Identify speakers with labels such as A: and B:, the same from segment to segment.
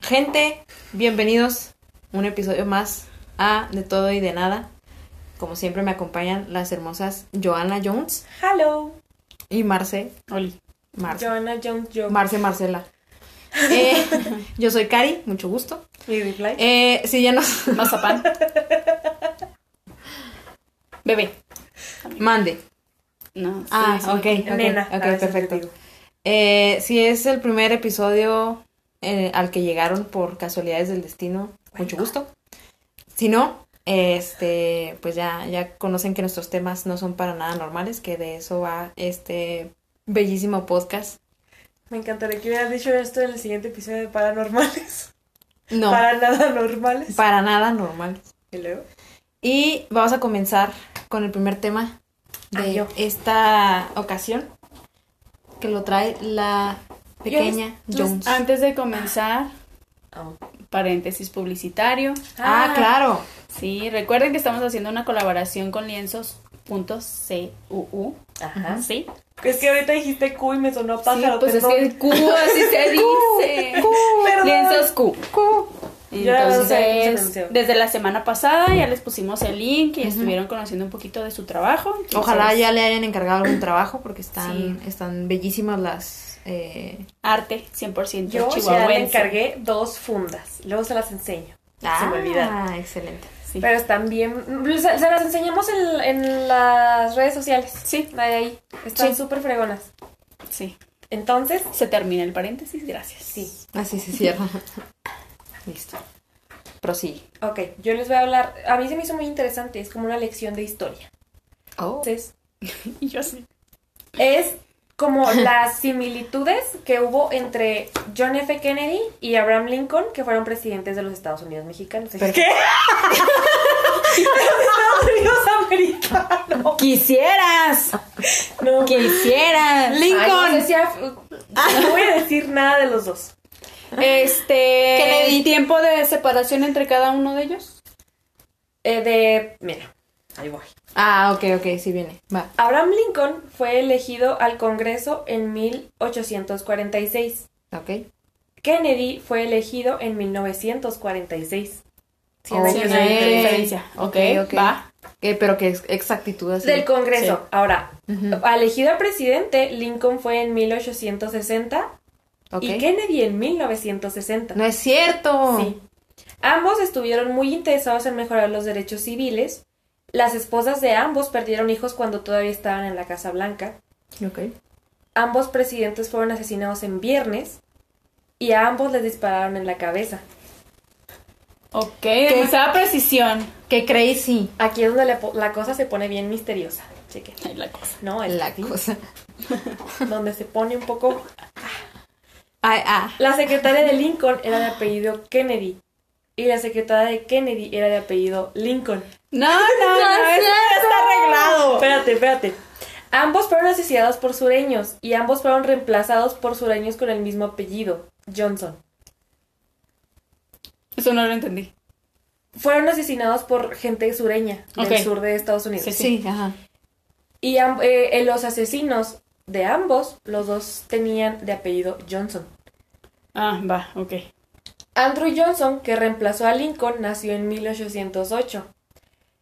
A: Gente, bienvenidos un episodio más a De Todo y de Nada. Como siempre me acompañan las hermosas Joana Jones
B: Hello.
A: y Marce.
C: Oli.
A: Marce,
B: Joanna Jones Jones.
A: Marce Marcela. Eh, yo soy Cari, mucho gusto.
B: Mi reply.
A: Eh, si ya nos...
C: Mazapán.
A: Bebé, mande.
C: No. sí,
A: Ah,
C: sí.
A: ok, ok,
B: Nena.
A: ok,
B: a veces
A: perfecto.
B: te digo.
A: Eh, si es el primer episodio eh, al que llegaron por casualidades del destino, mucho gusto. Si no, este, pues ya, ya conocen que nuestros temas no son para nada normales, que de eso va este bellísimo podcast.
B: Me encantaría que hubieras dicho esto en el siguiente episodio de Paranormales.
A: No, para,
B: Para nada normales.
A: nada normal.
B: y luego.
A: Y vamos a comenzar con el primer tema de
B: Ay, yo.
A: esta ocasión, que lo trae la pequeña
B: les-
A: Jones. Ah,
C: Antes de comenzar,
B: ah,
C: Ah, paréntesis publicitario.
A: Ah, claro.
C: Sí, recuerden que estamos haciendo una colaboración con lienzos.cuu.
B: Ajá.
C: Sí.
B: Es que ahorita dijiste Q y me sonó a
C: Sí,
B: pájaro.
C: pues es
B: perdón.
C: que el Q así se dice.
B: Perdón.
C: Lienzos Q.
B: Yo la verdad no sabía cómo se pronunciaba.
C: Entonces, desde la semana pasada ya les pusimos el link y estuvieron conociendo un poquito de su trabajo. Entonces,
A: Ojalá ya le hayan encargado algún trabajo porque están,
C: Sí.
A: están bellísimas las... eh,
C: Arte 100%
B: Yo ya le
C: chihuahuense.
B: encargué dos fundas. Luego se las enseño. Se me olvidaron.
A: Ah, excelente.
C: Sí.
B: Pero están bien. Se, se las enseñamos en, en las redes sociales.
C: Sí.
B: La de ahí. Están
C: Sí.
B: súper fregonas.
C: sí.
B: Entonces,
C: Se termina el paréntesis, gracias.
B: sí.
A: Así se cierra. Listo. Prosigue.
B: Ok, yo les voy a hablar. A mí se me hizo muy interesante. Es como una lección de historia.
A: Oh.
B: Entonces,
C: Y yo así.
B: es como las similitudes que hubo entre John F. Kennedy y Abraham Lincoln, que fueron presidentes de los Estados Unidos mexicanos. ¿Qué?
A: Perfecto.
B: Estados Unidos americanos.
C: ¡Quisieras!
B: No. Ay,
C: ¡Quisieras!
B: no sé
A: Lincoln. Ah.
B: si af- no voy a decir nada de los dos.
C: Este.
A: Kennedy.
C: tiempo de separación entre cada uno de ellos?
B: Eh, de. Mira, ahí voy.
A: Ah, ok, ok, sí viene. Va.
B: Abraham Lincoln fue elegido al Congreso en 1846.
A: Ok.
B: Kennedy fue elegido en 1946. Cien
A: Ok.
B: años de diferencia.
C: Ok,
A: Ok, ok.
C: va.
A: Eh, pero que es exactitud así.
B: Del Congreso.
C: Sí.
B: Ahora,
A: Ujú,
B: elegido a presidente, Lincoln fue en 1860
A: ok.
B: y Kennedy en 1960.
A: No es cierto.
B: Sí. Ambos estuvieron muy interesados en mejorar los derechos civiles. Las esposas de ambos perdieron hijos cuando todavía estaban en la Casa Blanca.
A: Ok.
B: Ambos presidentes fueron asesinados en viernes y a ambos les dispararon en la cabeza.
C: Ok, demasiada precisión.
A: Qué crazy.
B: Aquí es donde la, po- la cosa se pone bien misteriosa. Chequen.
C: Ay, la cosa.
B: No, es
A: La cosa.
B: donde se pone un poco
A: Ay, ah.
B: La secretaria de Lincoln era de apellido Kennedy. Y la secretaria de Kennedy era de apellido Lincoln.
C: No, no, no, es-
B: Espérate, espérate. Ambos fueron asesinados por sureños y ambos fueron reemplazados por sureños con el mismo apellido, Johnson.
C: Eso no lo entendí.
B: Fueron asesinados por gente sureña del
C: Ok.
B: sur de Estados Unidos.
C: Sí,
A: Sí, ajá.
B: Y am- eh, eh, los asesinos de ambos, los dos tenían de apellido Johnson.
C: Ah, va, ok.
B: Andrew Johnson, que reemplazó a Lincoln, nació en 1808.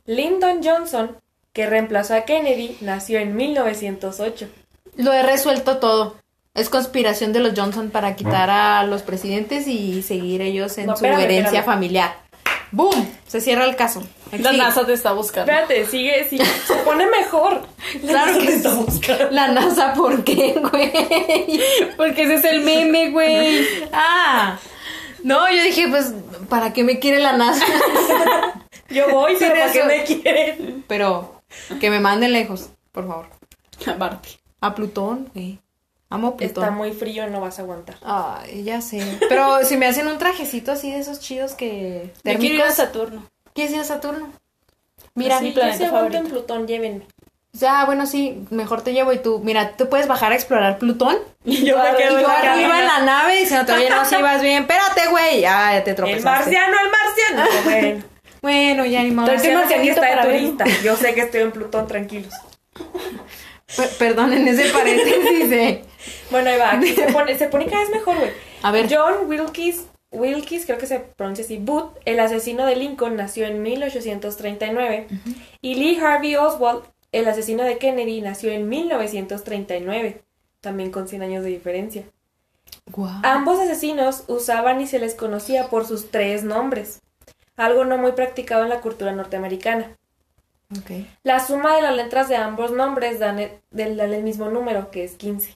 B: Lyndon Johnson, que reemplazó a Kennedy, nació en 1908.
A: Lo he resuelto todo. Es conspiración de los Johnson para quitar a los presidentes y seguir ellos en
B: No,
A: su
B: espérame,
A: herencia
B: espérame.
A: familiar. ¡Boom! Se cierra el caso.
C: La
A: Sí.
C: NASA te está buscando.
B: Espérate, sigue, sigue. Se pone mejor.
A: Claro que sí. La NASA, ¿por qué, güey?
C: Porque ese es el meme, güey.
A: Ah. No, yo dije, pues, ¿para qué me quiere la NASA?
B: Yo voy, pero ¿para qué
A: razón.
B: me quieren?
A: Pero que me manden lejos, por favor.
C: Aparte.
A: A Plutón, güey. Amo a Plutón.
B: Está muy frío, no vas a aguantar.
A: Ay, ya sé. Pero si me hacen un trajecito así de esos chidos que...
C: Yo quiero ir a
A: térmicos.
C: Saturno.
A: ¿Quieres ir a Saturno? Mira,
C: mi
B: sí, yo
C: planeta
B: sí aguanto en
C: favorito.
B: Plutón, llévenme.
A: Ya, bueno, sí, mejor te llevo y tú, mira, tú puedes bajar a explorar Plutón.
B: Y yo me
A: Y
B: quedo en
A: yo
B: la
A: arriba en
B: cabina.
A: la nave diciéndote, oye, no, si vas bien, espérate, güey. Ah, ya te
B: El
A: tropezaste.
B: marciano, el marciano. Bueno,
A: Bueno, ya ni modo.
C: Tráete un
B: marciano sé que
C: marcianito
B: está de
C: para ver.
B: turista. Yo sé que estoy en Plutón, tranquilos.
A: Per- Perdonen ese paréntesis de...
B: Bueno, ahí va. Aquí se pone, se pone cada vez mejor, güey.
A: A ver.
B: John Wilkes Wilkes, creo que se pronuncia así, Booth, el asesino de Lincoln, nació en 1839. Y Lee Harvey Oswald, el asesino de Kennedy, nació en 1939, también con 100 años de diferencia.
A: Guau.
B: Ambos asesinos usaban y se les conocía por sus tres nombres, algo no muy practicado en la cultura norteamericana.
A: Ok.
B: La suma de las letras de ambos nombres dan el, del- dan el mismo número, que es 15.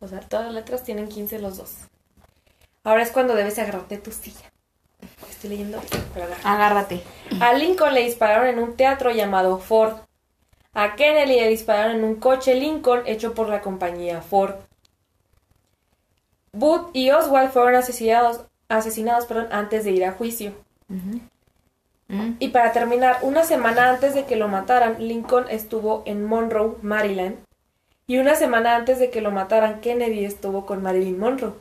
B: O sea, todas las letras tienen 15 los dos. Ahora es cuando debes agarrarte tu silla. Estoy leyendo, pero agarra.
A: Agárrate.
B: A Lincoln le dispararon en un teatro llamado Ford. A Kennedy le dispararon en un coche Lincoln hecho por la compañía Ford. Booth y Oswald fueron asesinados, asesinados perdón, antes de ir a juicio.
A: Mm.
B: Y para terminar, una semana antes de que lo mataran, Lincoln estuvo en Monroe, Maryland. Y una semana antes de que lo mataran, Kennedy estuvo con Marilyn Monroe.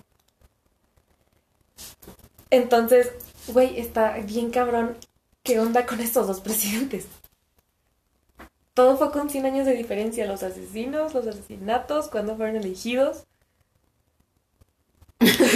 B: Entonces, güey, está bien cabrón. ¿Qué onda con estos dos presidentes? Todo fue con 100 años de diferencia. Los asesinos, los asesinatos, cuándo fueron elegidos.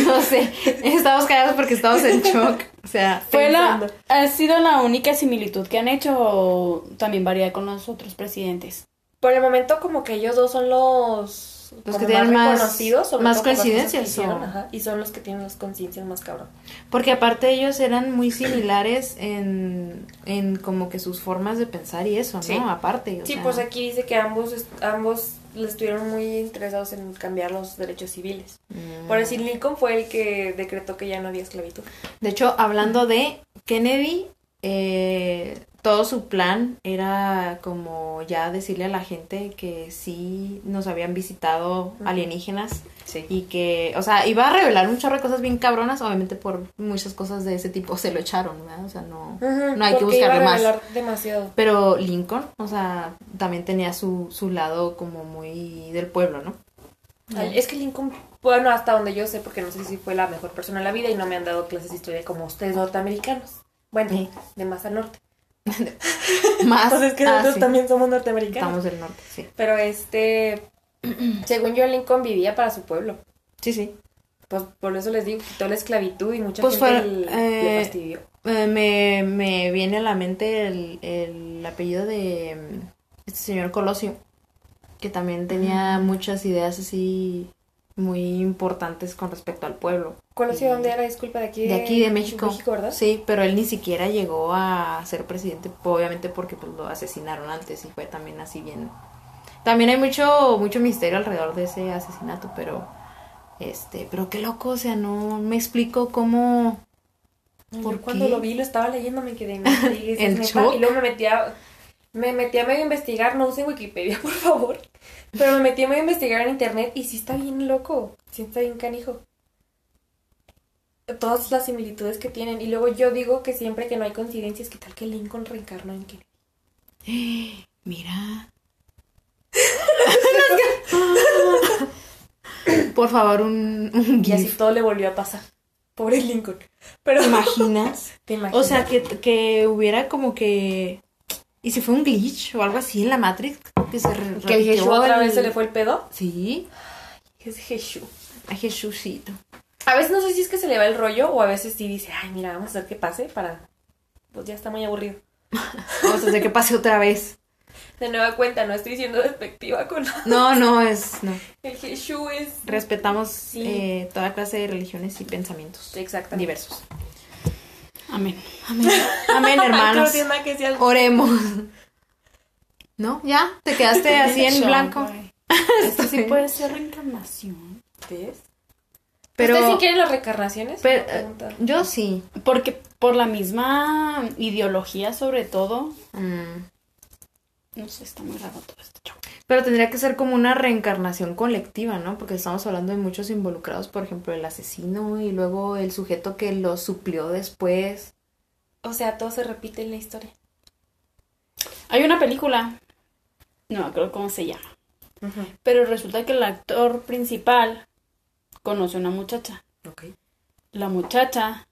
A: No sé, estamos callados porque estamos en shock. O sea,
C: Fue la,
B: Pensando.
C: ha sido la única similitud que han hecho o también varía con los otros presidentes.
B: Por el momento, como que ellos dos son los,
A: que
B: como
A: tienen más-
B: reconocidos, sobre
A: más
B: todo por las cosas que
A: coincidencias,
B: hicieron,
A: ¿o?
B: ajá, y son los que tienen las conciencias más cabrón.
A: porque aparte ellos eran muy similares en, en como que sus formas de pensar y eso, ¿no?
B: Sí.
A: Aparte. o
B: Sí,
A: sea,
B: pues aquí dice que ambos, est- ambos le estuvieron muy interesados en cambiar los derechos civiles.
A: mm.
B: Por decir, Lincoln fue el que decretó que ya no había esclavitud.
A: De hecho, hablando de Kennedy, eh, todo su plan era como ya decirle a la gente que sí nos habían visitado
B: Ujú.
A: alienígenas
B: Sí.
A: y que, o sea, iba a revelar un chorro de cosas bien cabronas, obviamente por muchas cosas de ese tipo se lo echaron, ¿verdad? O sea, no... No hay que buscarle más.
B: demasiado.
A: Pero Lincoln, o sea, también tenía su, su lado como muy del pueblo, ¿no?
B: Al- Es que Lincoln, bueno, hasta donde yo sé, porque no sé si fue la mejor persona en la vida y no me han dado clases de historia como ustedes norteamericanos. Bueno,
A: Sí.
B: de más al norte.
A: Más...
B: Entonces es que
A: ah,
B: nosotros
A: sí,
B: también somos norteamericanos.
A: Estamos del norte, sí.
B: Pero este, según yo, Lincoln vivía para su pueblo.
A: Sí, sí.
B: Pues por eso les digo, quitó la esclavitud y mucha
A: Pues
B: gente
A: fue,
B: le-
A: eh,
B: le fastidió.
A: Eh, me, me viene a la mente el, el apellido de mm, este señor Colosio, que también tenía muchas ideas así muy importantes con respecto al pueblo.
B: ¿Conoció
A: Y-
B: dónde era? Disculpa, de aquí
A: eh, De aquí, de México.
B: ¿verdad?
A: Sí, pero él ni siquiera llegó a ser presidente, obviamente porque pues, lo asesinaron antes y fue también así bien. También hay mucho mucho misterio alrededor de ese asesinato, pero este, pero qué loco, o sea, no me explico cómo
B: Yo
A: ¿Por
B: cuando
A: qué?
B: lo vi, lo estaba leyendo, me quedé no friegues,
A: El
B: es neta.
A: shock.
B: Y luego me metí a, me metí a medio investigar, no usen Wikipedia, por favor. Pero me metí a medio investigar en internet y sí está bien loco, sí está bien canijo. Todas las similitudes que tienen. Y luego yo digo que siempre que no hay coincidencias, ¿qué tal que Lincoln reencarna en Kennedy?
A: Mira. Por favor, un, un
B: Y así
A: GIF.
B: todo le volvió a pasar. Pobre Lincoln. Pero
A: ¿Te imaginas?
B: te imaginas.
A: O sea, que, que hubiera como que... ¿Y si fue un glitch o algo así en la Matrix? Que se re-
B: que
A: repitió
B: Jesús otra
A: el-
B: vez se le fue el pedo.
A: Sí,
B: Es Jesús.
A: a Jesucito.
B: A veces no sé si es que se le va el rollo o a veces sí dice, ay, mira, vamos a hacer que pase para... Pues ya está muy aburrido.
A: Vamos a hacer que pase otra vez.
B: De nueva cuenta, no estoy siendo despectiva con
A: No, no, es... No.
B: el Jesús. Es...
A: Respetamos
B: Sí.
A: eh, toda clase de religiones y pensamientos
B: Exactamente.
A: diversos.
C: Amén.
A: Amén,
B: No
A: hermanos.
B: tiene nada que decir algo.
A: Oremos. ¿No? ¿Ya? ¿Te quedaste así en
C: Shock,
A: blanco?
C: güey. Esto sí puede ser reencarnación.
B: ¿Ustedes? ¿Ustedes sí
A: Pero
B: quieren las recarnaciones?
A: pero,
B: Me preguntaron.
A: yo sí.
C: Porque por la misma ideología, sobre todo,
A: Mm.
C: no sé, está muy raro todo este esto. chavo.
A: Pero tendría que ser como una reencarnación colectiva, ¿no? Porque estamos hablando de muchos involucrados, por ejemplo, el asesino y luego el sujeto que lo suplió después.
B: O sea, todo se repite en la historia.
C: Hay una película, no me acuerdo cómo se llama, pero resulta que el actor principal conoce a una muchacha.
B: Ok.
C: La muchacha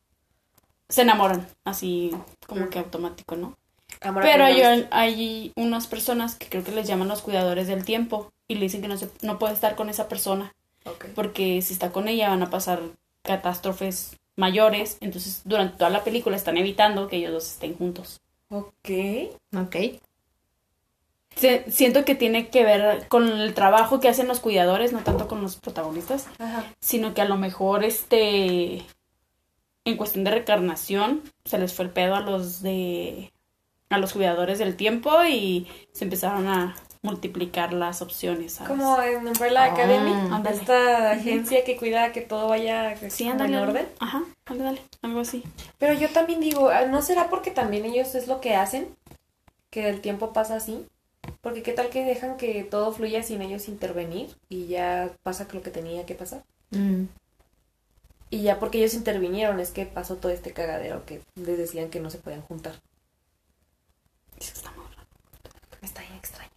C: se enamoran, así como que automático, ¿no?
B: Amor a
C: Pero hay,
B: primera vista.
C: hay unas personas que creo que les llaman los cuidadores del tiempo y le dicen que no, se, no puede estar con esa persona
B: Ok.
C: porque si está con ella van a pasar catástrofes mayores, entonces durante toda la película están evitando que ellos dos estén juntos.
B: Ok.
A: Ok.
C: Se- siento que tiene que ver con el trabajo que hacen los cuidadores, no tanto con los protagonistas,
B: Ajá.
C: sino que a lo mejor este en cuestión de recarnación se les fue el pedo a los de a los cuidadores del tiempo y se empezaron a multiplicar las opciones, ¿sabes?
B: Como en Umbrella
A: Ah,
B: Academy,
C: ándale.
B: esta agencia que cuida que todo vaya pues,
C: sí,
B: como
C: ándale,
B: en
C: algo-
B: orden.
C: Ajá, ándale, dale, algo así.
B: Pero yo también digo, ah, ¿no será porque también ellos es lo que hacen? Que el tiempo pasa así. Porque qué tal que dejan que todo fluya sin ellos intervenir y ya pasa lo que tenía que pasar.
A: Mm.
B: Y ya porque ellos intervinieron es que pasó todo este cagadero que les decían que no se podían juntar.
C: Eso está muy raro.
B: Está bien extraño.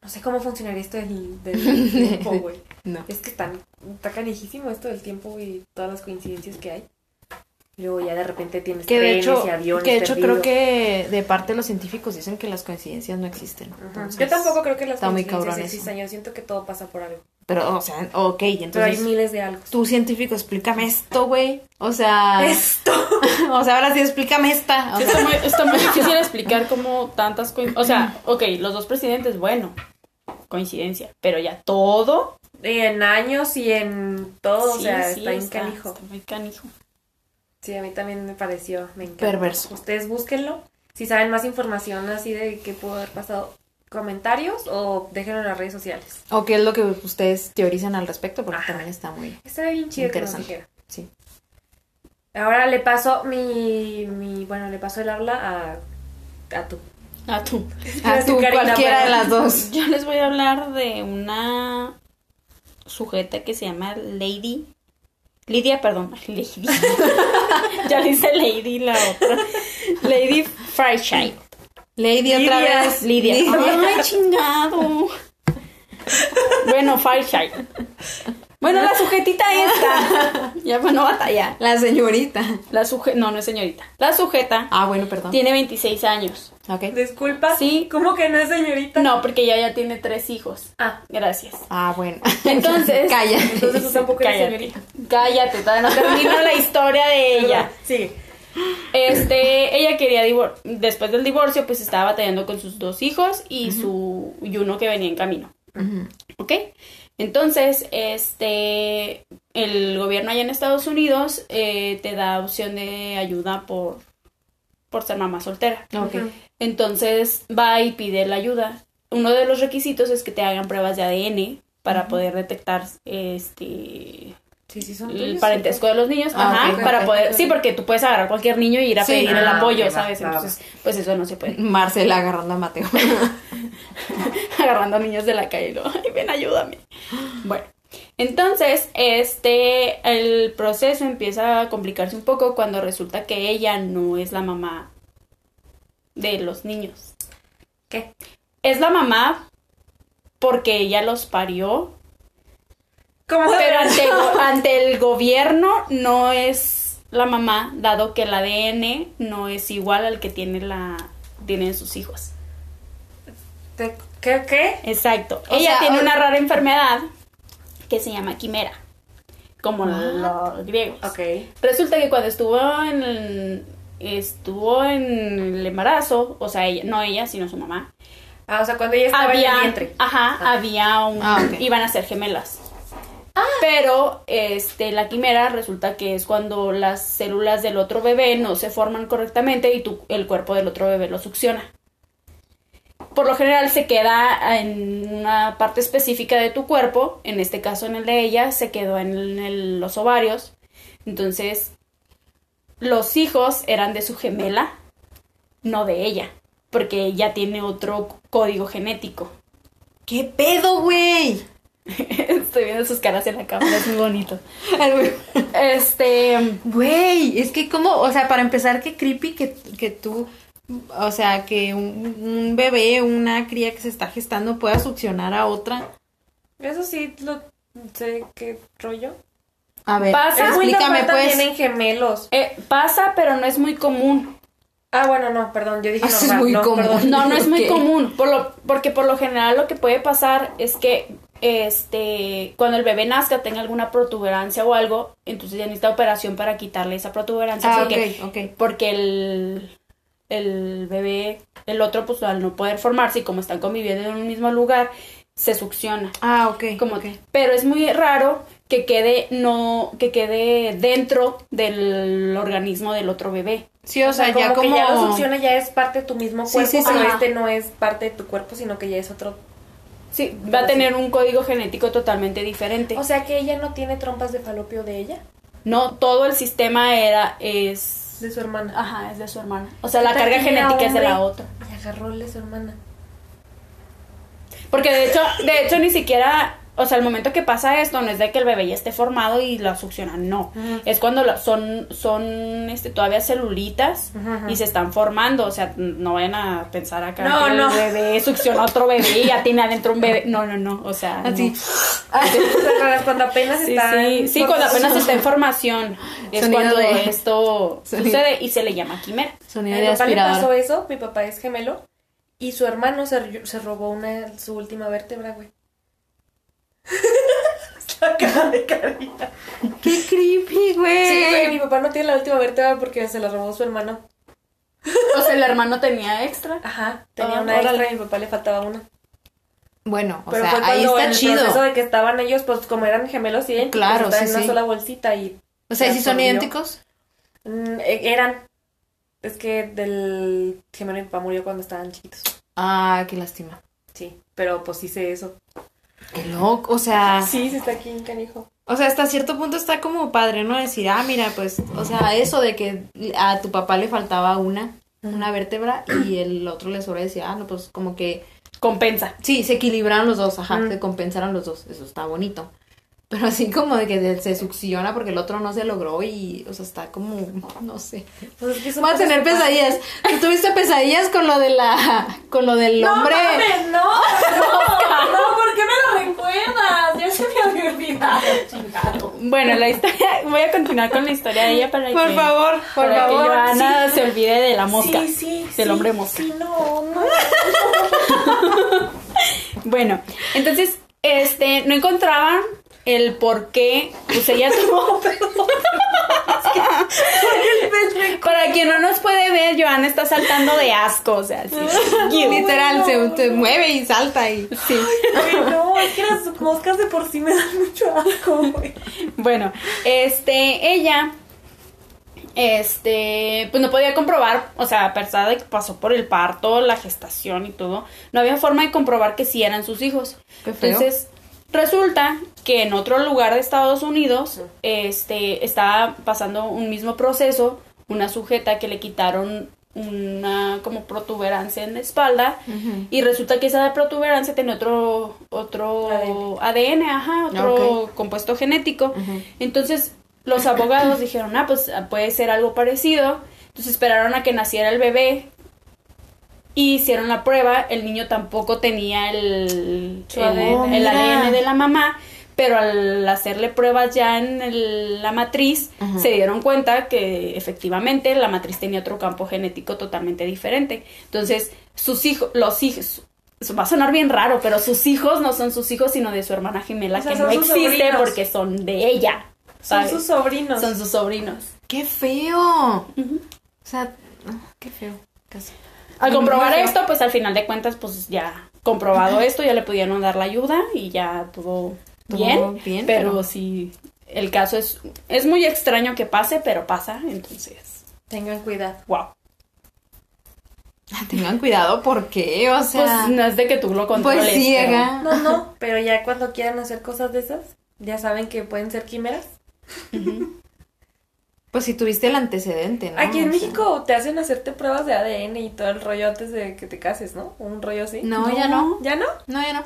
B: No sé cómo funcionaría esto del, del tiempo, güey.
A: No.
B: Es que está, está canijísimo esto del tiempo y todas las coincidencias que hay. Luego ya de repente tienes
A: Que de
B: trenes
A: hecho,
B: y aviones
A: que de hecho creo
B: perdidos.
A: que de parte de los científicos dicen que las coincidencias no existen.
B: Ajá.
A: Entonces,
B: Yo tampoco creo que las
A: está muy
B: coincidencias
A: cabrón
B: existan. Yo siento que todo pasa por algo.
A: Pero, o sea, ok, y
B: Pero hay
A: entonces
B: miles de algo.
A: tú científico, explícame esto, güey. O sea,
B: Esto.
A: o sea, ahora sí explícame esta. O
C: Sí,
A: sea,
C: está muy, está muy difícil explicar cómo tantas coin- O sea, ok, los dos presidentes, bueno, coincidencia, pero ya todo.
B: Y en años y en todo. o
C: sí,
B: sea,
C: sí,
B: está en canijo.
C: está muy canijo.
B: Sí, a mí también me pareció. Me encanta.
A: perverso.
B: Ustedes búsquenlo. Si saben más información así de qué pudo haber pasado, comentarios o déjenlo en las redes sociales.
A: O qué es lo que ustedes teorizan al respecto, porque
B: Ajá.
A: también está muy.
B: Está bien chido que nos
A: Interesante.
B: dijera.
A: Sí.
B: Ahora le paso mi, mi bueno, le paso el habla a, a tú.
C: Ah, tú.
B: Iba a
A: A
B: decir
A: tú,
B: Karina,
A: cualquiera
B: pero-
A: de las dos.
C: Yo les voy a hablar de una sujeta que se llama Lady. Lidia, perdón, Lady. ya le hice Lady la otra. Lady Fairchild.
A: Lady otra
B: Lidia.
A: vez.
C: Lidia.
A: Lidia.
C: Ay, chingado. Bueno, Fairchild. Bueno, la sujetita esta. Ya para no batallar.
A: La señorita.
C: La suje... No, no es señorita. La sujeta
A: Ah, bueno, perdón.
C: tiene 26 años.
A: Ok.
B: Disculpa.
C: Sí.
B: ¿Cómo que no es señorita?
C: No, porque ella ya tiene tres hijos.
B: Ah,
C: Gracias.
A: Ah, bueno.
C: Entonces-
A: Calla.
B: entonces tú tampoco eres
C: Cállate.
B: señorita.
C: Cállate, todavía no termino la historia de ella.
B: Perdón, Sigue.
C: Este, ella quería divor después del divorcio, pues estaba batallando con sus dos hijos y su y uno que venía en camino,
A: Ujú.
C: ¿ok? Entonces, este, el gobierno allá en Estados Unidos eh, te da opción de ayuda por por ser mamá soltera.
A: Ok.
B: Ujú.
C: Entonces va y pide la ayuda. Uno de los requisitos es que te hagan pruebas de ADN para poder detectar este
B: Sí, sí, son
C: el
B: tuyos,
C: parentesco de los niños,
A: Ah,
C: ajá,
A: ok,
C: para
A: ok,
C: poder,
A: ok.
C: sí, porque tú puedes agarrar cualquier niño y ir a
A: Sí.
C: pedir el
B: Ah,
C: apoyo,
B: ok, va,
C: ¿sabes?
B: va, va.
C: Entonces, pues eso no se puede.
A: Marcela agarrando a Mateo.
C: Agarrando a niños de la calle, ¿no? Ay, ven, ayúdame. Bueno, entonces, este, el proceso empieza a complicarse un poco cuando resulta que ella no es la mamá de los niños.
B: ¿Qué?
C: Es la mamá porque ella los parió,
B: ¿Cómo
C: Pero
B: que
C: ante, ante el gobierno no es la mamá, dado que el ADN no es igual al que tiene la tienen sus hijos.
B: te- ¿Qué? ¿Qué?
C: Exacto.
A: O
C: Ella
A: sea,
C: tiene
A: o-
C: una rara enfermedad que se llama quimera, como los griegos.
B: Ah. Ok.
C: Resulta que cuando estuvo en el, estuvo en el embarazo, o sea, ella, no ella, sino su mamá,
B: Ah, o sea, cuando ella estaba en el
C: había,
B: vientre.
C: ajá,
B: Ah.
C: había un,
A: Ah, ok. Ah.
C: iban a ser gemelas. Pero este la quimera resulta que es cuando las células del otro bebé no se forman correctamente y tu, el cuerpo del otro bebé lo succiona. Por lo general se queda en una parte específica de tu cuerpo, en este caso en el de ella, se quedó en, el- en el- los ovarios. Entonces, los hijos eran de su gemela, no de ella, porque ella tiene otro c- código genético.
A: ¿Qué pedo, güey?
C: Estoy viendo sus caras en la cámara, es muy bonito.
A: El güey-
C: Este,
A: Güey, es que como, o sea, para empezar, qué creepy que, que tú, o sea, que un, un bebé, una cría que se está gestando pueda succionar a otra.
B: Eso sí, lo sé qué rollo.
A: A ver,
C: Pasa.
B: Es muy
A: Ah, explícame
B: normal
A: pues.
B: también en gemelos.
C: eh, pasa, pero no es muy común.
B: Ah, bueno, no, perdón, yo dije
A: Eso es
B: normal.
A: muy
B: no,
A: común.
B: perdón.
C: No, no es muy
A: Ok.
C: común, por lo, porque por lo general lo que puede pasar es que este, cuando el bebé nazca tenga alguna protuberancia o algo, entonces ya necesita operación para quitarle esa protuberancia
A: Ah,
C: porque,
A: ok, ok.
C: porque el, el bebé, el otro, pues al no poder formarse y como están conviviendo en un mismo lugar, se succiona.
A: Ah, ok.
C: Como,
A: ok.
C: Pero es muy raro que quede no, que quede dentro del organismo del otro bebé.
A: Sí, o sea,
B: como
A: ya
B: que
A: como...
B: ya lo succiona, ya es parte de tu mismo
A: Sí,
B: cuerpo,
A: sí, sí.
B: pero
C: Ajá.
B: este no es parte de tu cuerpo, sino que ya es otro.
C: Sí, va a tener un código genético totalmente diferente.
B: O sea que ella no tiene trompas de falopio de ella,
C: No todo el sistema era es
B: de su hermana.
C: ajá, es de su hermana. O sea, Ah, la
B: Esta
C: carga
B: tía
C: genética es de la
B: hombre.
C: otra.
B: Y agarró el de su hermana.
C: Porque de hecho, de hecho ni siquiera, o sea, el momento que pasa esto no es de que el bebé ya esté formado y la succionan, no.
A: Ujú.
C: Es cuando la- son son este todavía celulitas
B: Ujú, ujú.
C: y se están formando, o sea, no vayan a pensar acá
B: No,
C: que
B: no.
C: el bebé succiona a otro bebé y ya tiene adentro un bebé. No, no, no, o sea,
A: Así.
C: no.
B: cuando apenas
C: Ah. Sí,
B: está.
C: sí, sí, cuando apenas está en formación es
A: Sonido
C: cuando
A: de-
C: esto
A: Sonido.
C: sucede y se le llama quimera.
A: Sonido
B: A
A: de
B: mi papá le pasó
A: aspiradora.
B: eso, mi papá es gemelo, y su hermano se, ro- se robó una, su última vértebra, güey. La cara de carita.
A: ¡Qué creepy, güey!
B: Sí, güey, mi papá no tiene la última vértebra porque se la robó su hermano.
C: O sea, el hermano tenía extra.
B: Ajá, tenía
C: Ah,
B: una extra
C: órale.
B: y a mi papá le faltaba una.
A: Bueno, o
B: Pero
A: sea,
B: fue
A: ahí
B: cuando
A: está
B: en el
A: chido.
B: proceso de que estaban ellos, pues como eran gemelos idénticos,
A: Claro, sí,
B: estaban en una
A: sí.
B: sola bolsita y
A: O sea, ¿y si son
B: absorbió.
A: idénticos?
B: mm, e- eran. Es que del gemelo de mi papá murió cuando estaban chiquitos.
A: Ah, qué lástima.
B: Sí, pero pues hice eso.
A: Qué loco, o sea...
B: Sí, se está aquí en canijo.
A: O sea, hasta cierto punto está como padre, ¿no? Decir, ah, mira, pues, o sea, eso de que a tu papá le faltaba una, una vértebra y el otro le sobra decía, ah, no, pues como que,
C: Compensa.
A: sí, se equilibraron los dos, ajá,
B: Mm.
A: se compensaron los dos, eso está bonito. Pero así como de que de- se succiona porque el otro no se logró y, o sea, está como, no sé.
B: Pues es que son
A: Voy a tener
B: cosas que
A: pesadillas. ¿Tú tuviste pesadillas con lo de la, con lo del
B: pasan.
A: hombre?
B: No, mames, no, no, no, ¿por qué me lo recuerdas? Ya se me había olvidado, chingado.
C: Bueno, la historia, voy a continuar con la historia de ella para
A: Por
C: que,
A: favor, por
C: para que
A: favor.
C: Joana se olvide de la mosca.
B: Sí, sí,
C: Del
B: sí,
C: hombre mosca.
B: Sí, no, no.
C: Bueno, entonces, este, no encontraban el por qué, pues ella tuvo... Para quien no nos puede ver, Joana está saltando de asco, o sea, sí.
A: Literal, se, se mueve y salta y...
C: Sí.
B: Güey, no, es que las moscas de por sí me dan mucho asco, güey.
C: Bueno, este, ella, este, pues no podía comprobar, o sea, a pesar de que pasó por el parto, la gestación y todo, no había forma de comprobar que sí eran sus hijos.
A: Qué feo.
C: Entonces, resulta que en otro lugar de Estados Unidos, este, estaba pasando un mismo proceso, una sujeta que le quitaron una como protuberancia en la espalda
A: Ujú.
C: y resulta que esa protuberancia tenía otro otro
B: ADN.
C: ADN, ajá,
A: Ah,
C: otro compuesto genético.
A: Ujú.
C: Entonces, los abogados dijeron, "Ah, pues ah, puede ser algo parecido." Entonces, esperaron a que naciera el bebé y hicieron la prueba, el niño tampoco tenía el
B: Su
C: el-
B: ADN.
C: el
A: Mira.
C: ADN de la mamá. Pero al hacerle pruebas ya en el- la matriz,
A: Ajá.
C: se dieron cuenta que efectivamente la matriz tenía otro campo genético totalmente diferente. Entonces, sus hijos, los hijos, su- va a sonar bien raro, pero sus hijos no son sus hijos, sino de su hermana gemela,
B: O sea,
C: que
B: son
C: no
B: sus
C: existe
B: sobrinos.
C: porque son de ella.
B: Son
C: ¿sabes?
B: sus sobrinos.
C: Son sus sobrinos.
A: ¡Qué feo!
C: Ujú.
A: O sea, ah, qué feo. Casi.
C: Al
A: Muy
C: comprobar
A: feo.
C: esto, pues al final de cuentas, pues ya comprobado esto, ya le pudieron dar la ayuda y ya todo
A: Todo
C: bien.
A: bien,
C: pero,
A: pero-
C: sí, el caso es, es muy extraño que pase, pero pasa, entonces,
B: Tengan cuidado.
C: wow.
A: Ah, Tengan cuidado porque, o sea.
C: pues no es de que tú lo controles.
A: Pues sí,
C: pero-
A: ajá.
B: No, no, pero ya cuando quieran hacer cosas de esas, ya saben que pueden ser quimeras.
A: Pues si tuviste el antecedente, ¿no?
B: Aquí en
A: O sea,
B: México te hacen hacerte pruebas de ADN y todo el rollo antes de que te cases, ¿no? Un rollo así.
A: No, ya no.
B: ¿Ya no?
A: No, ya no.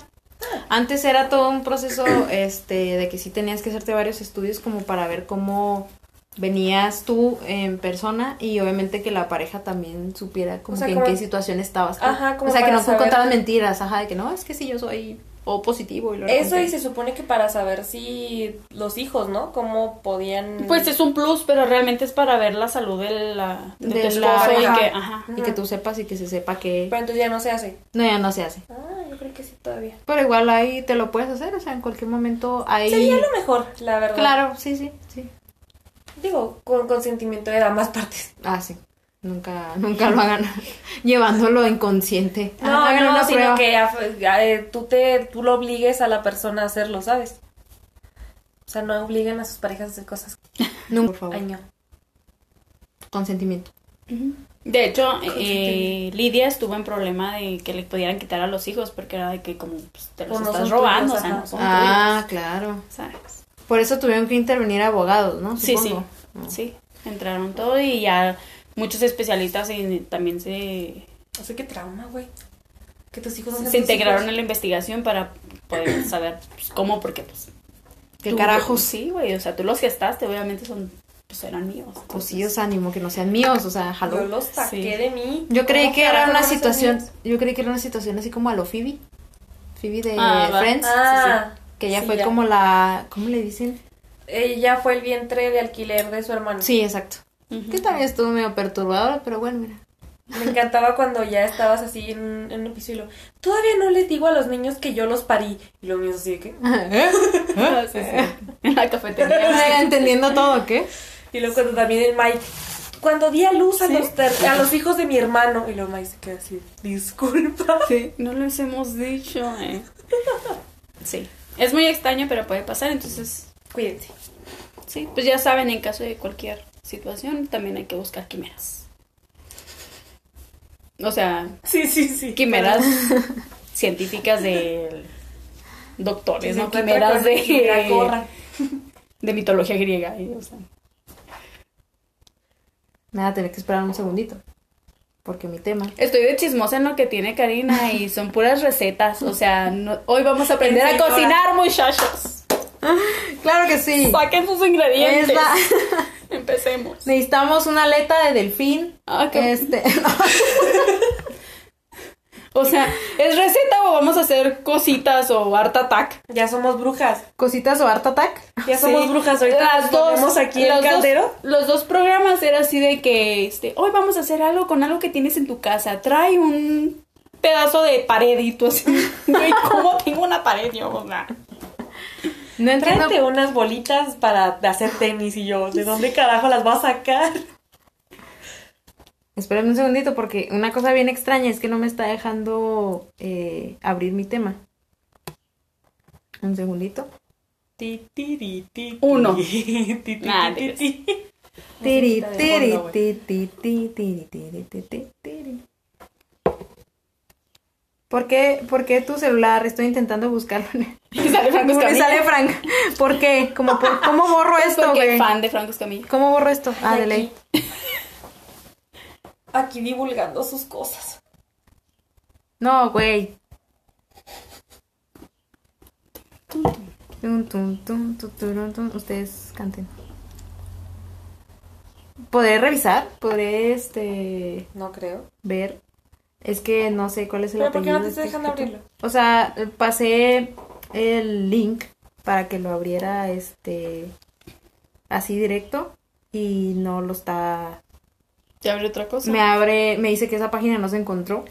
A: Antes era todo un proceso este, de que sí tenías que hacerte varios estudios como para ver cómo venías tú en persona y obviamente que la pareja también supiera como
B: O sea,
A: que
B: como-
A: en qué situación estabas. tú.
B: Ajá, como
A: o sea, que
B: para
A: no tú
B: saber.
A: contabas mentiras, ajá, de que no, es que sí, yo soy O positivo. Y lo
B: Eso y se supone que para saber si los hijos, ¿no? Cómo podían...
C: Pues es un plus, pero realmente es para ver la salud de la de,
A: De
C: tu esposo
A: la
C: y
A: pareja.
C: que, ajá.
A: y que tú sepas y que se sepa que...
B: Pero entonces ya no se hace.
A: No, ya no se hace.
B: Ah, yo creo que sí. todavía.
A: Pero igual ahí te lo puedes hacer, o sea, en cualquier momento ahí.
B: Sería lo mejor, la verdad.
A: Claro, sí, sí, sí.
B: Digo, con consentimiento de ambas partes.
A: Ah, sí. Nunca, nunca lo hagan llevándolo inconsciente.
B: No,
A: Ah, hagan
B: no,
A: una
B: sino
A: prueba.
B: que af- a- eh, tú, te, tú lo obligues a la persona a hacerlo, ¿sabes? O sea, no obliguen a sus parejas a hacer cosas.
A: Nunca, por favor.
B: Año.
A: Consentimiento.
C: De hecho,
B: Con
C: eh, Lidia estuvo en problema de que le pudieran quitar a los hijos porque era de que como pues, te los
B: Pues no
C: estás
B: son tuyos,
C: robando, o sea,
B: ajá.
C: no son
A: Ah, claro.
C: tuyos, ¿sabes?
A: Por eso tuvieron que intervenir abogados, ¿no?
C: Sí, sí,
A: Supongo. Ah,
C: sí, entraron todo y ya muchos especialistas en- también se,
B: O sea, qué trauma, güey. Que tus hijos Pues no sean
C: se
B: tus
C: integraron
B: hijos.
C: en la investigación para poder saber pues, cómo, porque pues...
A: ¿Qué
C: tú-
A: carajos?
C: Sí, güey, o sea, tú los gestaste, obviamente son, pues eran míos.
A: Pues sí, o sea, ánimo que no sean míos, o sea, jaló.
B: Yo los saqué
C: Sí.
B: de mí.
A: Yo creí
B: ¿Cómo
A: que era
B: carajo
A: una
B: van a ser
A: situación,
B: míos?
A: yo creí que era una situación así como a lo Phoebe, Phoebe de
C: Ah, va.
A: Friends,
B: Ah,
A: que ya
B: sí,
A: fue como la, ¿cómo le dicen?
B: Ella fue el vientre de alquiler de su hermano.
A: Sí, exacto. Que también estuvo medio perturbadora, pero bueno, mira.
B: Me encantaba cuando ya estabas así en, en un piso y lo, todavía no les digo a los niños que yo los parí. Y lo mío así de que,
C: En la cafetería.
A: Entendiendo todo, ¿qué?
B: Y luego cuando también el Mike, cuando di a luz a, los, ter- a los hijos de mi hermano. Y luego Mike se queda así, disculpa.
C: Sí, no les hemos dicho, eh. Sí, es muy extraño, pero puede pasar, entonces,
B: Cuídense.
C: sí, pues ya saben, en caso de cualquier situación, también hay que buscar quimeras. O sea,
B: Sí, sí, sí.
C: quimeras científicas de
B: Que
C: doctores,
B: se
C: ¿no?
B: encuentra
C: Quimeras
B: con
C: de,
B: la gorra.
C: de mitología griega. eh, o sea.
A: Me voy a tener que esperar un segundito, porque mi tema.
C: Estoy de chismosa en lo que tiene Karina y son puras recetas. O sea, no- hoy vamos a aprender a
B: Enseñora.
C: cocinar, muchachos.
A: Claro que sí.
C: Saquen sus
A: Es
C: ingredientes.
A: la-
C: Empecemos.
A: Necesitamos una aleta de delfín.
C: Ah, qué-
A: Este,
C: O sea, ¿es receta o vamos a hacer cositas o art attack?
B: Ya somos brujas.
A: cositas o art attack.
B: Ya somos
C: Sí.
B: brujas. Ahorita
C: Las
B: las
C: dos-
B: ponemos aquí el
C: los dos-
B: caldero.
C: los dos programas era así de que, este, hoy vamos a hacer algo con algo que tienes en tu casa. Trae un pedazo de pared y tú así, güey, ¿cómo tengo una pared yo? O sea,
A: No entiendo.
B: Tráete unas bolitas para hacer tenis. Y yo, ¿de dónde carajo las vas a sacar?
A: Espérenme un segundito porque una cosa bien extraña es que no me está dejando eh, abrir mi tema. Un segundito.
B: Ti, ti, ri, ti, ti.
C: Uno.
B: Ti, ti,
C: Nah,
B: ti,
C: te
B: ti, ti.
A: Tiri,
B: Musiquita de
A: tiri,
B: fondo, güey.
A: ti, ti, tiri, tiri, tiri, ti, ti, tiri. ¿Por qué, por qué tu celular? Estoy intentando buscarlo.
C: y sale
A: Me
C: Franco Escamilla.
A: Pues sale Frank. ¿Por qué? ¿Cómo, por- cómo borro
C: Es
A: esto,
C: porque
A: güey?
C: fan de Franco Escamilla.
A: ¿Cómo borro esto? Ah,
B: Y
A: de ley.
B: aquí- Aquí divulgando sus cosas.
A: No, güey. Tum, tum, tum, tu, turun, tum. Ustedes canten. ¿Podré revisar? ¿Podré este
B: No creo.
A: ver? Es que no sé cuál es el
B: ¿Pero por qué no
A: apellido
B: te
A: de
B: está
A: este
B: dejando
A: sujeto.
B: abrirlo?
A: O sea, pasé el link para que lo abriera este así directo y no lo está
C: ¿Te abre otra cosa?
A: me abre, me dice que esa página no se encontró,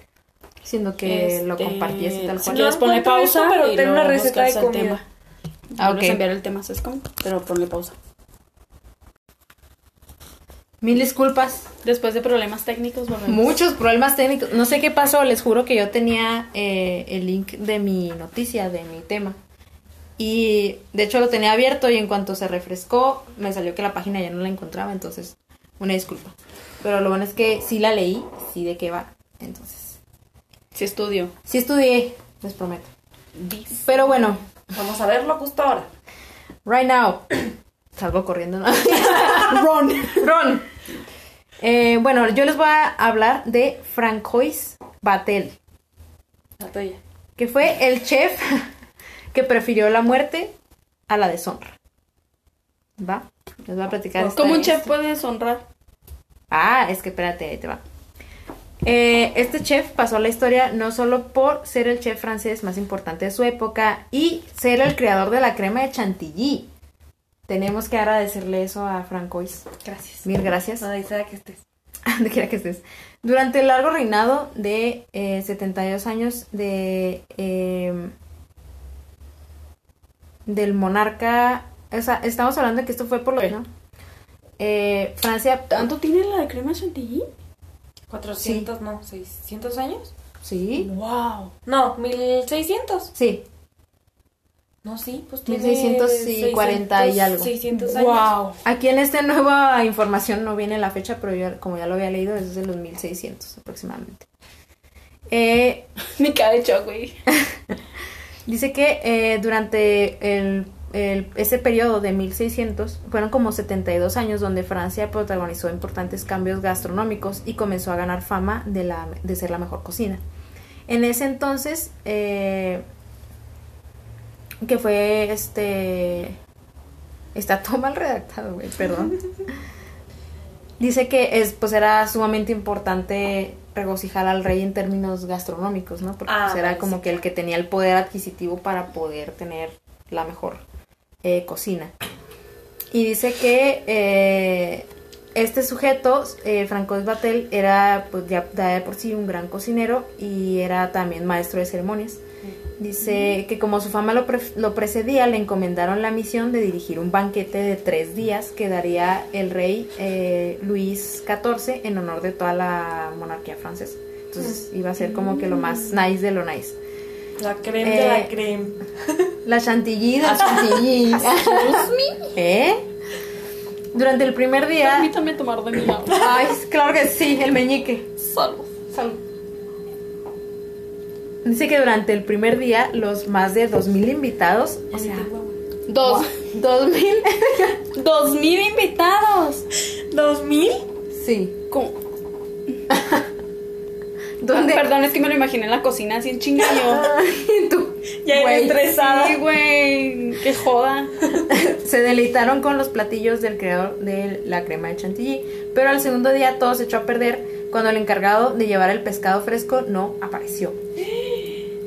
A: sino que lo
C: Este,
A: compartí así tal cual.
C: si
B: no-
C: quieres ponle
B: encuentro
C: pausa
B: esto, pero
C: y
B: ten
C: luego
B: una receta de
C: buscas el
B: comida.
C: tema.
A: Ah,
C: Vuelves
A: ok.
C: a enviar el tema, ¿sabes cómo? Pero ponle pausa.
A: Mil disculpas,
C: Después de problemas técnicos volvemos.
A: muchos problemas técnicos. No sé qué pasó, les juro que yo tenía eh, el link de mi noticia, de mi tema. Y de hecho lo tenía abierto y en cuanto se refrescó, me salió que la página ya no la encontraba, entonces una disculpa. Pero lo bueno es que sí la leí, sí de qué va. Entonces,
C: Sí estudio.
A: sí estudié, les prometo. Pero bueno,
B: Vamos a verlo justo ahora.
A: Right now. Salgo corriendo, ¿no? Run, run. Eh, bueno, yo les voy a hablar de Francois Batel,
B: La tuya.
A: que fue el chef que prefirió la muerte a la deshonra. ¿Va? Les voy a platicar esta-
C: ¿Cómo un chef
A: esta-
C: puede deshonrar?
A: Ah, es que espérate, ahí te va. Eh, este chef pasó a la historia no solo por ser el chef francés más importante de su época y ser el creador de la crema de chantilly. Tenemos que agradecerle eso a Francois.
B: Gracias.
A: Mil gracias.
B: este Ahí sea que estés.
A: donde quiera que estés. Durante el largo reinado de eh, 72 años de eh, del monarca, o sea, estamos hablando de que esto fue por lo
C: Ok.
A: ¿no? Eh, Francia,
C: ¿Tanto tiene la de crema chantilly?
B: 400, no, 600 años.
A: sí,
C: ¡Wow!
B: No, 1600.
A: sí,
B: No, sí, pues tiene
A: 1640 y algo.
B: 600 años.
C: ¡Wow!
A: Aquí en esta nueva información no viene la fecha, pero yo, como ya lo había leído, es de los 1600 aproximadamente. Eh,
C: Me cae hecho, güey.
A: dice que eh, durante el, el- ese periodo de 1600 fueron como 72 años donde Francia protagonizó importantes cambios gastronómicos y comenzó a ganar fama de, la, de ser la mejor cocina. En ese entonces, eh, que fue este. Está todo mal redactado, güey, perdón. Dice que es, pues era sumamente importante regocijar al rey en términos gastronómicos, ¿no? Porque
B: Ah,
A: pues, era
B: vale,
A: como
B: sí,
A: que el que tenía el poder adquisitivo para poder tener la mejor eh, cocina. Y dice que eh, este sujeto, eh, Francois Batel, era pues, ya, ya de por sí un gran cocinero y era también maestro de ceremonias. Dice que como su fama lo, pre- lo precedía, le encomendaron la misión de dirigir un banquete de tres días que daría el rey eh, Luis XIV en honor de toda la monarquía francesa. Entonces iba a ser como que lo más nice de lo nice.
B: La creme de
A: Eh,
B: la creme.
A: La chantilly, la chantilly. ¿Eh? Durante el primer día...
C: Permítame tomar de mi lado.
A: Ay, claro que sí, el meñique.
C: Salud. Salud.
A: Dice que durante el primer día los más de 2.000 invitados, o sea,
C: Dos.
A: 2.000,
C: Dos mil invitados.
B: ¿Dos mil?
A: sí,
C: ¿Cómo?
A: donde
C: Ah, Perdón, es que me lo imaginé en la cocina así en chinga yo.
A: Ay, tú,
B: Ya
A: güey,
B: era estresada.
C: Sí, güey. Qué joda.
A: se deleitaron con los platillos del creador de la crema de chantilly, pero al segundo día todo se echó a perder cuando el encargado de llevar el pescado fresco no apareció.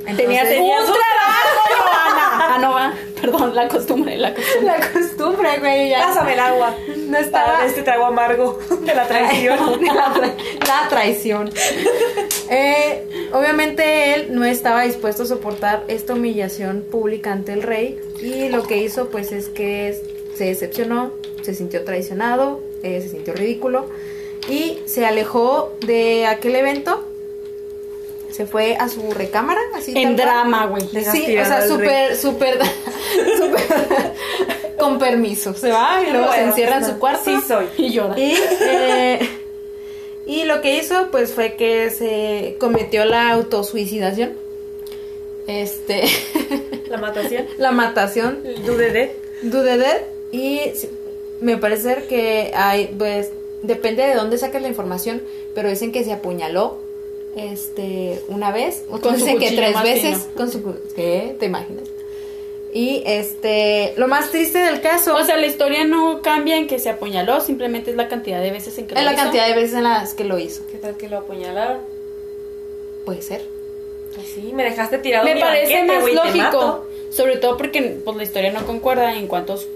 B: Tenía-
A: Entonces-
B: tenía su-
C: Ah, no va. Perdón, la costumbre, la costumbre.
A: la costumbre, güey, ya
B: Pásame el agua.
A: no
B: Para
A: estaba
B: este trago amargo de la traición.
A: la, tra- la traición. Eh, obviamente él no estaba dispuesto a soportar esta humillación pública ante el rey y lo que hizo pues es que se decepcionó, se sintió traicionado, eh, se sintió ridículo y se alejó de aquel evento. Se fue a su recámara, así tal
C: En
A: cual.
C: drama, güey.
A: Sí, o
B: Castigado
A: sea,
B: al
A: súper, súper, súper- con permiso. Se va y luego se
B: Bueno,
A: encierra en
B: no,
A: su cuarto.
B: Sí soy.
C: Y llora.
A: Y, eh, y lo que hizo, pues, fue que se cometió la autosuicidación. Este,
B: La matación.
A: la matación
B: Dudedé.
A: Dudedet. Y sí, me parece ser que hay, pues, depende de dónde saques la información, pero dicen que se apuñaló. Este, una vez, otros
C: su
A: dicen que
C: cuchillo
A: tres
C: más
A: veces, con su cu- ¿qué? ¿Te imaginas? Y este, lo más triste del caso
C: O sea, la historia no cambia en que se apuñaló, simplemente es la cantidad de veces en que lo
A: es la
C: hizo.
A: cantidad de veces en las que lo hizo.
B: ¿Qué tal que lo apuñalaron?
A: Puede ser.
B: Así, me dejaste tirado. en
C: Me
B: mi
C: parece
B: banquete,
C: más
B: güey, te
C: lógico,
B: mato.
C: sobre todo porque pues la historia no concuerda en cuántos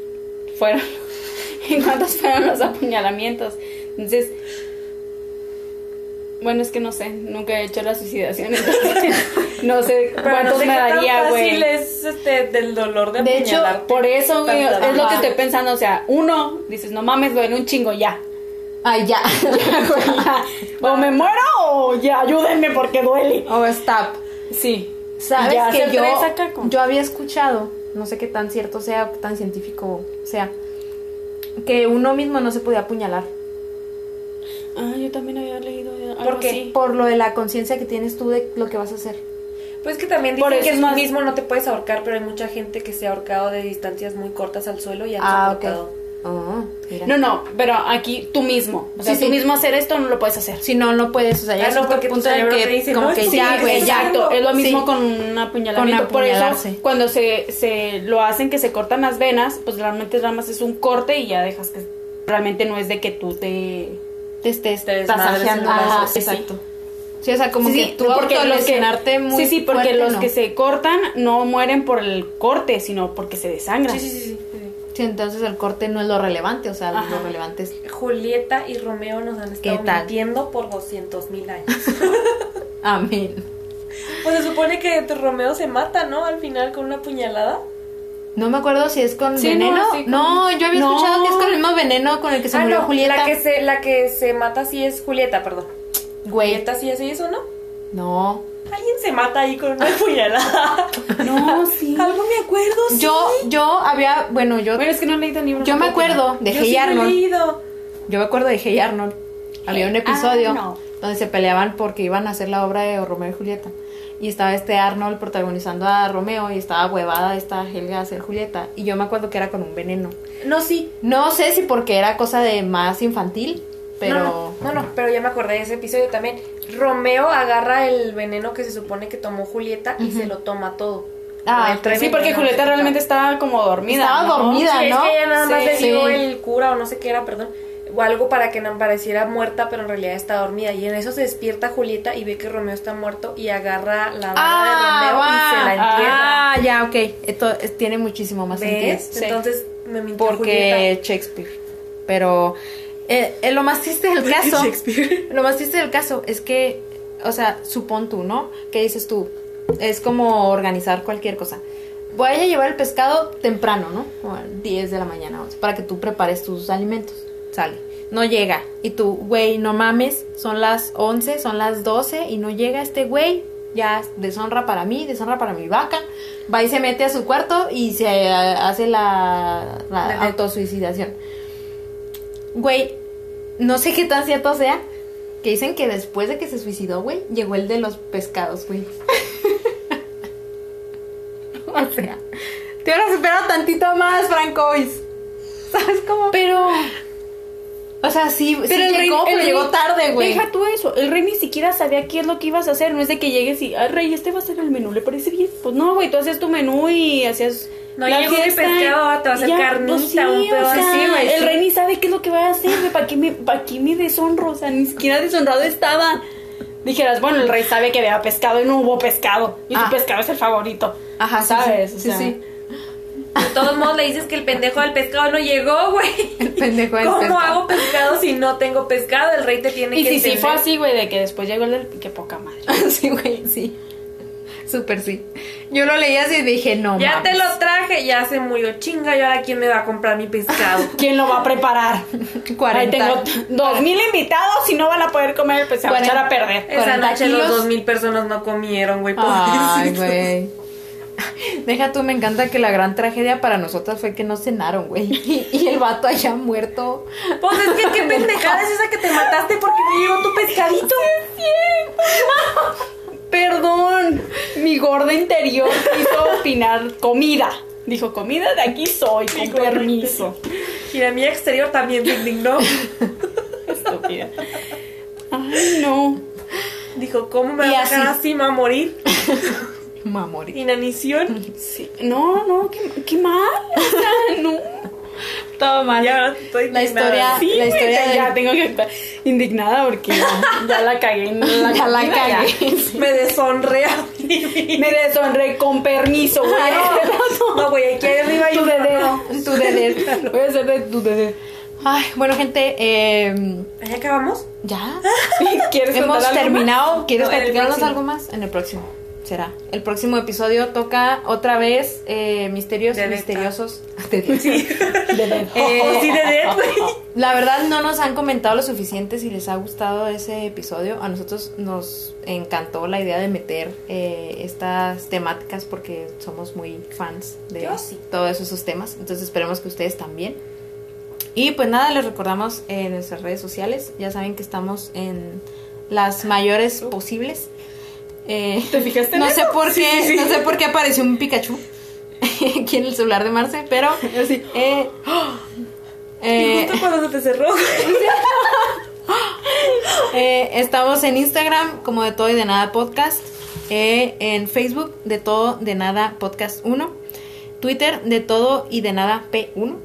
C: fueron en cuántos fueron los apuñalamientos. Entonces, bueno, es que no sé, nunca he hecho la suicidación, entonces no sé
B: Pero
C: cuántos
B: no sé
C: me
B: qué tan
C: daría,
B: fácil
C: güey.
B: es este, del dolor de,
C: De hecho,
B: apuñalarte.
C: por eso güey,
B: Tanto
C: es lo que
A: trabajo.
C: estoy pensando, o sea, uno dices, "No mames, duele un chingo ya."
A: Ay, ya.
C: o me muero o ya, ayúdenme porque duele.
A: O stop.
C: Sí.
A: Sabes
C: Ya, hacer
A: que yo,
C: tres acá con-
A: yo había escuchado, no sé qué tan cierto sea, o qué tan científico sea, que uno mismo no se podía apuñalar.
C: Ah, yo también había leído de algo
B: ¿Por qué?
C: así.
A: Por lo de la conciencia que tienes tú de lo que vas a hacer.
B: Pues que también
C: Por
B: dicen
C: eso
B: que
C: es
B: tú
C: más-
B: mismo no te puedes ahorcar, pero hay mucha gente que se ha ahorcado de distancias muy cortas al suelo y han
A: Ah, ok.
B: soportado.
A: Oh, mira.
C: No, no, pero aquí tú mismo. O sea,
A: Sí,
C: tú
A: sí.
C: mismo hacer esto no lo puedes hacer.
A: Si no, no puedes. O sea, ya
B: Ah,
A: es
B: no,
A: un
B: porque tu
A: punto en el
B: cerebro
A: que,
B: te dice,
A: como
B: no,
A: que
B: esto
A: ya,
B: sigue,
A: güey,
B: esto
A: ya.
B: sigue.
C: Exacto, es lo mismo
A: Sí.
C: con un apuñalamiento.
A: Con
C: Por eso,
A: apuñalarse.
C: cuando se, se lo hacen que se cortan las venas, pues realmente nada más es un corte y ya dejas que. Realmente no es de que tú te.
A: Te estés
B: Te desmadres
A: tasajeando.
B: en brazos,
A: Ajá,
C: sí, sí.
A: exacto. Sí, o sea, como
C: Sí,
A: que
C: sí,
A: tú autolesionarte
C: los que-
A: muy
C: Sí, sí, porque
A: fuerte,
C: los
A: ¿no?
C: que se cortan no mueren por el corte, sino porque se desangran.
B: Sí, sí, sí, sí.
A: Sí, entonces el corte no es lo relevante, o sea,
C: Ajá.
A: lo relevante es...
B: Julieta y Romeo nos han estado
A: ¿Qué tal?
B: mintiendo por 200 mil años.
A: Amén.
B: Pues se supone que Romeo se mata, ¿no? Al final con una puñalada.
A: No me acuerdo si es con
C: Sí, no,
A: veneno. No,
C: sí, con-
A: yo había
C: No.
A: escuchado que es con el mismo veneno con el que se
B: Ah,
A: murió
B: no,
A: Julieta.
B: La que, se, la que se mata sí es Julieta, perdón.
A: Güey,
B: Julieta sí es eso, ¿no?
A: no.
B: Alguien se mata ahí con una puñalada.
C: No, sí.
B: Algo me acuerdo, sí.
A: Yo, yo había, bueno, yo,
C: Bueno, es que no he leído ni uno.
A: yo me
C: tampoco.
A: acuerdo de
B: Yo
A: Hey
B: sí lo he
A: Arnold.
B: leído.
A: Yo me acuerdo de Hey Arnold. Había un
C: Hey
A: episodio
C: Arnold.
A: donde se peleaban porque iban a hacer la obra de Romeo y Julieta. Y estaba este Arnold protagonizando a Romeo y estaba huevada esta Helga a ser Julieta. Y yo me acuerdo que era con un veneno.
B: No, sí.
A: No sé si porque era cosa de más infantil, pero...
B: No, no, no, no, pero ya me acordé de ese episodio también. Romeo agarra el veneno que se supone que tomó Julieta y se lo toma todo.
A: Ah,
B: Trae
C: Sí, porque
B: veneno,
C: Julieta
B: no.
C: realmente estaba como dormida.
A: Estaba
C: ¿no?
A: dormida.
B: Sí, es
A: ¿no?
B: que ella nada más
C: Sí.
B: le dio
A: Sí.
B: el cura o no sé qué era, perdón, o algo para que no pareciera muerta, pero en realidad está dormida. Y en eso se despierta Julieta y ve que Romeo está muerto y agarra la daga
C: Ah,
B: de Romeo y se la
A: va.
B: entierra.
A: Ah, ya, ok. Esto es- tiene muchísimo más
B: ¿Ves?
A: sentido.
C: sí.
B: Entonces me mintió
A: Porque Shakespeare. Pero eh, eh, lo más triste del
B: Julieta.
A: caso,
B: Shakespeare.
A: lo más triste del caso es que, o sea, supón tú, ¿no? ¿Qué dices tú? Es como organizar cualquier cosa. Voy a llevar el pescado temprano, ¿no? O a 10 de la mañana, 11, para que tú prepares tus alimentos. Sale. No llega. Y tú, güey, no mames, son las 11, son las 12 y no llega este güey. Ya es deshonra para mí, deshonra para mi vaca. Va y se mete a su cuarto y se eh, hace la, la
B: La neta.
A: autosuicidación. Güey, no sé qué tan cierto sea que dicen que después de que se suicidó, güey, llegó el de los pescados, güey. o sea, te hubieras esperado tantito más, Francois. ¿Sabes cómo?
C: Pero,
A: O sea, sí, sí
C: pero el rey-
A: llegó,
C: el
A: pero
C: rey-
A: llegó tarde, güey.
C: Deja tú eso. El rey ni siquiera sabía qué es lo que ibas a hacer. No es de que llegues y, ay, rey, este va a ser el menú. ¿Le parece bien? Pues no, güey. Tú hacías tu menú y hacías.
B: No, llegó mi
C: fiesta
B: pescado, ahora te va a hacer
C: ya,
B: carnita,
C: pues sí,
B: un pedo
C: o sea,
B: así, güey,
C: El
B: sí.
C: rey ni sabe qué es lo que va a hacer, güey. ¿Para qué, me- pa' qué me deshonro? O sea, ni siquiera deshonrado estaba. Dijeras, bueno, el rey sabe que había pescado y no hubo pescado. Y
A: Ah.
C: tu pescado es el favorito.
A: Ajá, sí,
C: ¿sabes?
A: Sí,
C: O
A: sí,
C: sea,
A: sí.
B: De todos modos le dices que el pendejo del pescado no llegó, güey.
A: El pendejo este del
B: ¿Cómo
A: pescado.
B: hago pescado si no tengo pescado? El rey te tiene
C: Pues Y
B: que
C: si sí
B: entender.
C: fue así, güey, de que después llegó el del... Qué poca madre.
A: sí, güey, sí. Súper sí. Yo lo leí así y dije, no,
B: Ya
A: mames.
B: te lo traje, ya se murió. Chinga, ¿y ahora quién me va a comprar mi pescado?
C: ¿Quién lo va a preparar?
A: 40.
C: Ahí tengo dos mil invitados y no van a poder comer, pues se va a echar a perder.
B: Esa
A: 40
B: noche los
A: kilos. Ah.
B: dos mil personas no comieron, güey.
A: Ay,
B: pobrecitos.
A: güey. Deja tú, me encanta que la gran tragedia para nosotras fue que no cenaron, güey. Y, y el vato allá muerto.
B: Pues es que qué pendejada es esa que te mataste porque no llegó tu pescadito.
C: Perdón, mi gorda interior quiso opinar comida. Dijo, comida de aquí soy, con
B: gorda
C: permiso.
B: Y la mía exterior también se indignó.
C: Estúpida. Ay, no.
B: Dijo, ¿cómo me
A: Y
B: va a dejar
A: así.
B: así, me va a morir?
A: Mamori.
B: Inanición.
C: Sí, No, no, qué, qué mal. O sea, no.
A: Todo mal.
B: Y ahora estoy
A: La
B: indignada.
A: historia-
C: Sí,
A: La
C: güey,
A: historia
C: ya,
A: del-
C: ya tengo que estar indignada porque ya, ya la cagué. en
A: Ya la
C: comida, ya.
A: cagué.
B: Me deshonré a mí.
C: Me deshonré con permiso, güey.
B: No, güey, aquí arriba hay
C: Tu
B: uno,
C: dedero.
B: no.
A: Tu dedo.
C: Voy a hacer de tu dedo.
A: Ay, bueno, gente, eh,
B: ¿Ahí acabamos?
A: ya.
C: ¿Quieres contar
A: Hemos
C: algo más?
A: terminado. ¿Quieres
B: No, en el
A: platicarnos
B: próximo.
A: algo más? En el próximo. Será. El próximo episodio toca otra vez eh, misterios
B: De
A: y
B: Deca.
A: misteriosos. De-
C: De dedo.
A: Eh,
B: Oh, sí, dedero, güey.
A: La verdad no nos han comentado lo suficiente si les ha gustado ese episodio. A nosotros nos encantó la idea de meter eh, estas temáticas porque somos muy fans de
B: Yo sí.
A: todos esos temas. Entonces esperemos que ustedes también. Y pues nada, les recordamos en nuestras redes sociales. Ya saben que estamos en las mayores posibles. Eh,
C: ¿Te fijaste? en
A: no
C: eso?
A: sé por
C: Sí,
A: qué,
C: sí, sí.
A: no sé por qué apareció un Pikachu aquí en el celular de Marce, pero
C: Así.
A: eh,
B: Y
A: eh,
B: justo cuando se te cerró.
A: eh, estamos en Instagram como de todo y de nada podcast, eh, en Facebook de todo de nada podcast 1, Twitter de todo y de nada P1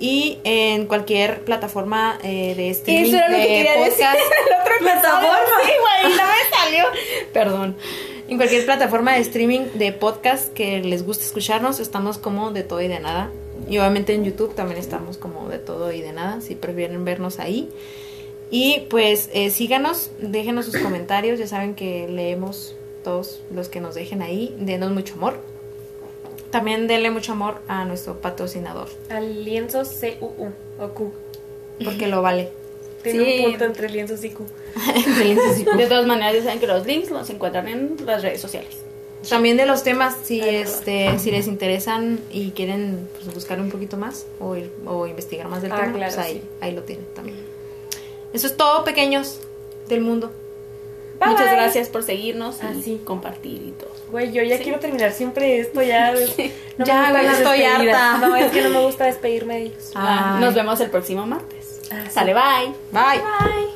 A: y en cualquier plataforma eh, de este
C: Eso era lo
A: de
C: que quería decir el otro
B: Plataforma.
C: Sí, güey, no me salió. Perdón.
A: En cualquier plataforma de streaming de podcast que les guste escucharnos, estamos como de todo y de nada Y obviamente en YouTube también estamos como de todo y de nada, si prefieren vernos ahí. Y pues eh, síganos, déjenos sus comentarios, ya saben que leemos todos los que nos dejen ahí, denos mucho amor. También denle mucho amor a nuestro patrocinador,
B: Al lienzo CUU o Q.
A: porque lo vale.
B: Tiene
C: Sí.
B: un punto entre lienzos y Q.
C: De todas maneras, ya saben que los links los encuentran en las redes sociales.
A: También de los temas, si este, si les interesan y quieren pues, buscar un poquito más o, ir- o investigar más del
B: Ah,
A: tema,
B: claro,
A: pues ahí,
B: sí.
A: ahí lo tienen también. Eso es todo, pequeños del mundo.
B: Bye,
C: Muchas
B: bye.
C: gracias por seguirnos
B: Ah,
C: y
B: sí.
C: compartir y todo.
B: Güey, yo ya
C: Sí.
B: quiero terminar siempre esto, ya. no
A: Ya,
B: me gustan
A: güey,
B: las
A: estoy
B: despedidas.
A: harta.
B: No, es que no me gusta despedirme de ellos.
A: Ah,
C: Nos vemos el próximo martes.
B: Ah, sí.
C: Sale, bye.
A: Bye.
C: Bye.